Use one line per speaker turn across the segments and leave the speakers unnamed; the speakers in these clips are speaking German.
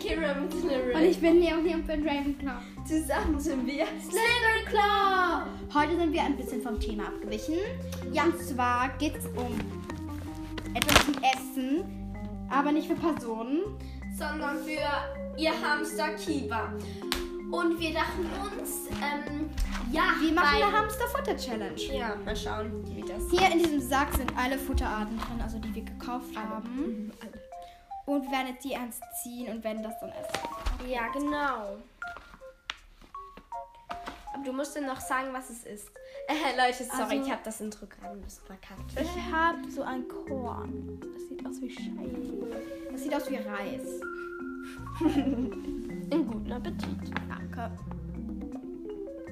Kira mit Slytherin.
Und ich bin Leonie und bin Ravenclaw.
Zusammen sind wir
Slytherin! Heute sind wir ein bisschen vom Thema abgewichen. Ja, und zwar geht es um etwas zum Essen, aber nicht für Personen.
sondern für ihr Hamster Kiba. Und wir dachten uns, ähm, ja,
Wir machen
weil-
eine Hamster-Futter-Challenge.
Ja, mal schauen, wie das
Hier in diesem Sack sind alle Futterarten drin, also die wir gekauft
Mhm,
haben. Und wir werden jetzt die ernst ziehen und werden das dann essen.
Ja, genau. Aber du musst dann noch sagen, was es ist. Äh, Leute, sorry,
Also-
ich habe das Intro gerade ein bisschen verkackt.
Ich habe so ein Korn. Das sieht aus wie Scheiße. Das sieht aus wie Reis.
Einen guten Appetit.
Danke.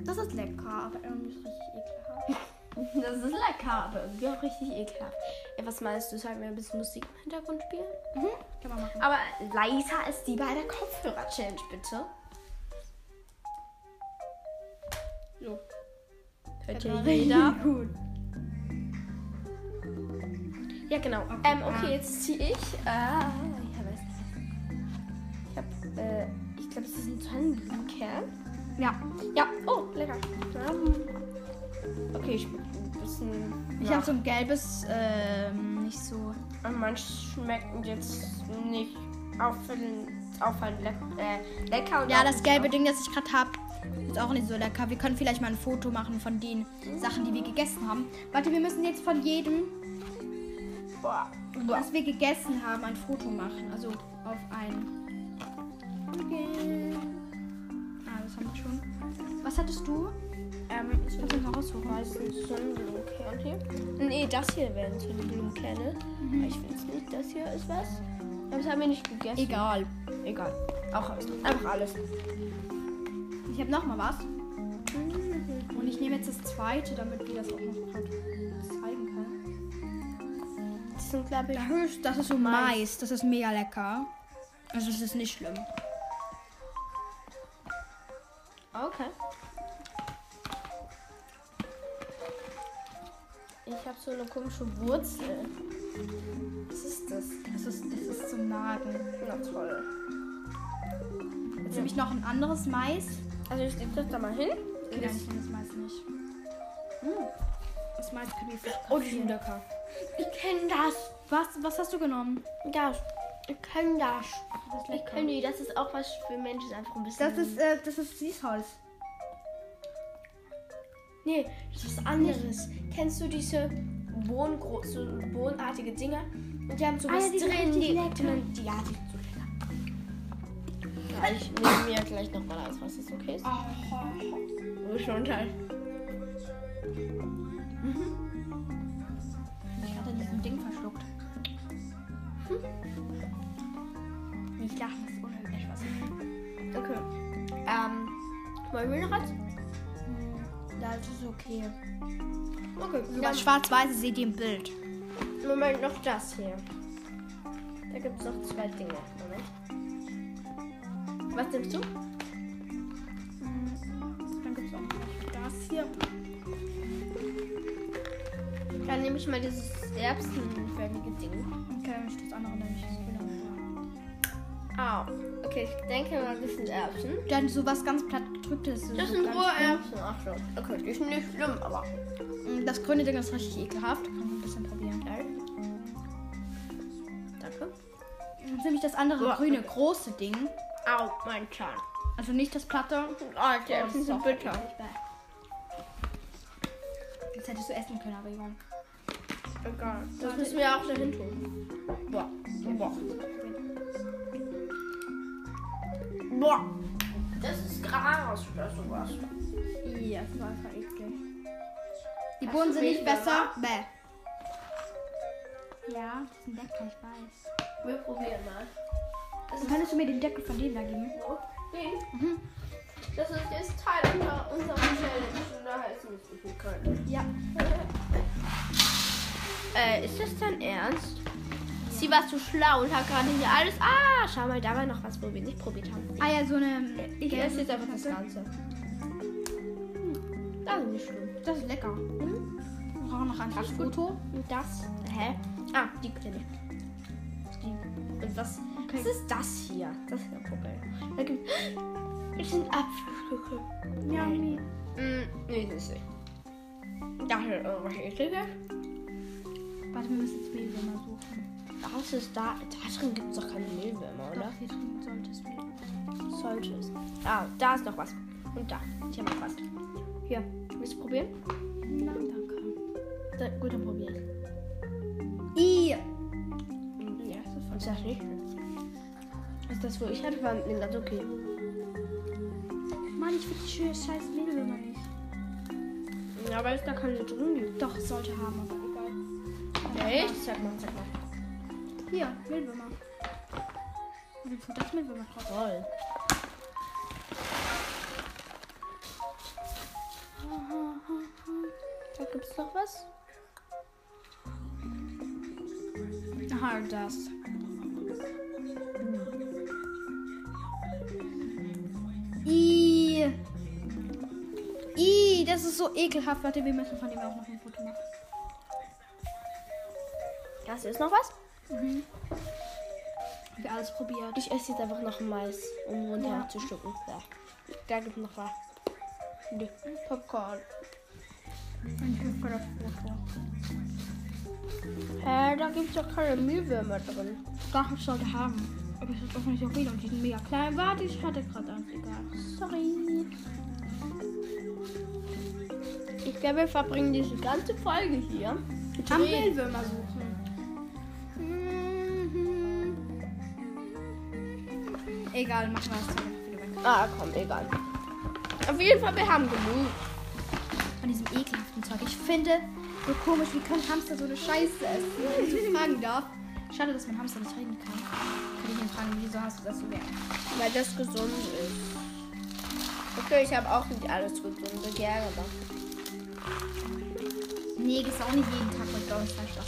Das ist lecker, aber irgendwie ist richtig ekelhaft.
Das ist lecker, aber irgendwie auch richtig ekelhaft. Ja, was meinst du? Sollen wir ein bisschen Musik im Hintergrund spielen?
Mhm. Kann man machen.
Aber leiser als die bei der Kopfhörer-Challenge, bitte. So. Hört ihr jeder?
gut.
Ja, genau. Ähm, okay, jetzt ziehe ich. Ah, ich habe es. Ich habe, äh, ich glaube, es ist ein Sonnenblumenkern.
Ja.
Ja, oh, lecker. Ähm, Okay, ich ein bisschen.
Ich
ja.
habe so ein gelbes, ähm, nicht so.
Und manche schmecken jetzt nicht auffallend, auffallend lecker. Äh, lecker und
Ja,
auch
das
nicht
gelbe Ding, das ich gerade habe, ist auch nicht so lecker. Wir können vielleicht mal ein Foto machen von den Sachen, die wir gegessen haben. Warte, wir müssen jetzt von jedem,
auf- Boah.
was wir gegessen haben, ein Foto machen. Also auf ein. Okay. Ah, das haben wir schon. Was hattest du?
Ähm, ich
Kannst du noch raussuchen?
weiß nicht, Sonnenblumenkern hier. Mhm. Nee, das hier wären Sonnenblumenkerne. Aber ich weiß nicht, das hier ist was. Aber Das haben wir nicht gegessen. Mhm.
Egal.
Egal. Auch alles. Einfach alles.
Ich habe noch mal was. Und ich nehme jetzt das zweite, damit wir das auch noch grad zeigen können.
Das sind, glaube ich,
Das ist so Mais. Das ist mega lecker. Also es ist nicht schlimm.
Okay. Ich habe so eine komische Wurzel. Was ist das?
Das ist, das ist zum Nagen.
Na toll.
Jetzt nehme ich noch ein anderes Mais.
Also ich lege das da mal hin.
Okay, nein, ich nehme das Mais nicht. Hm. Das Mais können wir
Oh, die sind
fotografieren.
lecker. Ich kenne das.
Was, was hast du genommen?
Das. Ich kenne das.
Das ist
Ich kenne die. Das ist auch was für Menschen einfach ein bisschen.
Das ist, äh, das ist Süßholz.
Nee, das ist was anderes. Kennst du diese Bohnengro so bohnenartige Dinger? Und die haben so
Ah, ja,
was
die sind
drin.
richtig
Die,
lecker.
die, man- die, ja, die sind so lecker. Ja, ich nehme mir gleich nochmal eins, was ist okay? Ist. Oh, schon gleich.
Ich hatte diesen Ding verschluckt. Hm?
Nicht lachen, das ist unheimlich was. Okay. Ähm, wollen wir noch was?
Das ist okay.
Okay,
So das Schwarz-Weiße seht ihr im Bild.
Moment, noch das hier. Da gibt es noch zwei Dinge. Moment. Was nimmst du?
Mhm. Dann gibt es auch noch das hier.
Dann nehme ich mal dieses erbsenförmige Ding.
Okay, ich das andere nämlich das grüne.
Au. Ah, Okay, ich denke mal, das sind Erbsen.
Dann so was ganz platt gedrücktes. so
Das
so
sind
ganz
rohe Erbsen. Ach so. Okay, die sind nicht schlimm, aber.
grün. Mm, Das grüne Ding ist richtig ekelhaft. Kann man ein bisschen probieren.
Danke.
Das ist nämlich das andere
Ja.
grüne große Ding.
Au, mein Zahn.
Also nicht das platte.
Oh, die Erbsen
ist
sind
auch
bitter.
richtig bäh. Das hättest du essen können, aber Ivan.
Egal. Das müssen wir auch dahin tun. Boah. Boah. Boah. Das ist Gras oder sowas.
Ja, das war einfach eklig. Die
Hast
Bohnen
du
sind nicht
Mehl
besser. Bäh. Ja, die sind lecker, ich weiß.
Wir probieren mal. Das
Dann
ist
könntest du mir den Deckel von dem da geben?
so. Mhm. Das ist jetzt Teil unserer, unserer Challenge. Und da heißen wir es nicht können.
Ja.
Äh, ist das dein Ernst? Sie war zu schlau und hat gerade hier alles. Ah, schau mal, da war noch was, wo wir nicht probiert haben.
Ah ja, so eine.
Ich
gelbe
esse jetzt einfach das
Platte.
Ganze. Hm, Das ist nicht schlimm.
Das ist lecker. Wir brauchen noch ein
Das ist gut.
Foto.
Und das? Hä? Ah, die kenne ich. die. Und was, was ist das hier? Das ist der Vogel. Da gibt es sind Apfelstücke.
Yummy.
Mm, nee, das ist nicht. Da sind irgendwelche Ekelige.
Warte, wir müssen jetzt Mehlwürmer suchen.
Das ist da. Da drin gibt es doch keine Mehlwürmer,
Doch,
oder?
hier drin sollte es Mehlwürmer
Sollte es. Ah, da ist noch was. Und da. Ich habe noch was. Hier. Willst du probieren?
Nein, danke.
Da, gut, dann probier ich.
I.
Ja, das ist voll. Ist das nicht? Ist das, wo ich hatte, war mit Natsuki.
Mann, ich will die schöne scheiß Mehlwürmer nicht.
Ja, weil es da keine drin gibt.
Doch, es sollte haben, aber egal.
Echt? Sag mal, sag mal.
Hier, Mehlwürmer. Wie kommt das Mehlwürmer drauf?
Toll. Da gibt's noch was?
Aha, das. I. I, das ist so ekelhaft. Warte, wir müssen von dem auch noch ein Foto machen.
Ja, ist noch was?
Mhm. Haben wir alles probiert.
Ich esse jetzt einfach noch Mais, um runter
Ja.
zu schlucken. Da, da gibt's noch was. Nö. Popcorn.
Ein hübsches Foto.
Hä, da gibt's doch keine Mehlwürmer drin.
Doch, ich sollte haben. Aber ich sollte auch nicht auf wieder und die sind mega klein. Warte, ich hatte gerade eins. Egal.
Sorry. Ich glaube, wir verbringen diese ganze Folge hier. mit
Am
Reden.
Mehlwürmer suchen.
Mhm.
Egal, machen wir das Teil wieder weg.
Ah, komm, egal. Auf jeden Fall, wir haben genug.
Von diesem ekelhaften Zeug. Ich finde, so komisch, wie können Hamster so eine Scheiße essen? Wenn ich so fragen darf. Schade, dass mein Hamster nicht reden kann. Kann ich ihn fragen, wieso hast du das so gern?
Weil das gesund ist. Okay, ich habe auch nicht alles gesunde gerne gemacht.
Nee, gehst auch nicht jeden Tag McDonalds, sag ich das.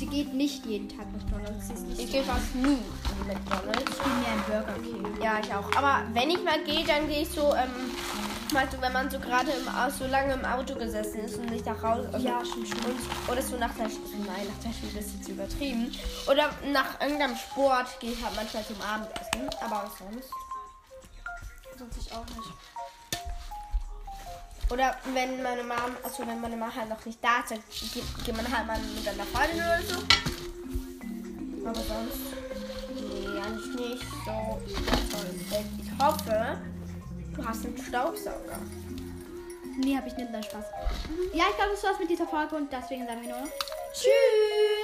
Sie geht nicht jeden Tag McDonalds. Sie ist nicht
Ich gehe fast nie in McDonalds.
Ich bin mir ein Burger King.
Ja, ich auch. Aber wenn ich mal gehe, dann gehe ich so, ähm, mal so, wenn man so gerade im, Au- so lange im Auto gesessen ist und nicht nach Hause. Also,
Ja, schon schön.
Und, oder so nach der Schule. Nein, nach der Schule ist jetzt übertrieben. Oder nach irgendeinem Sport gehe ich halt manchmal zum Abendessen. Aber sonst.
Sonst ich auch nicht.
Oder wenn meine Mom, also wenn meine Mama halt noch nicht da ist, dann geht, geht man halt mal mit einer Freundin oder so. Aber sonst, nee, eigentlich nicht so. toll. Ich hoffe, du hast einen Staubsauger.
Nee, hab ich nicht. Nein, Spaß. Ja, ich glaube, das war's mit dieser Folge und deswegen sagen wir nur Tschüss.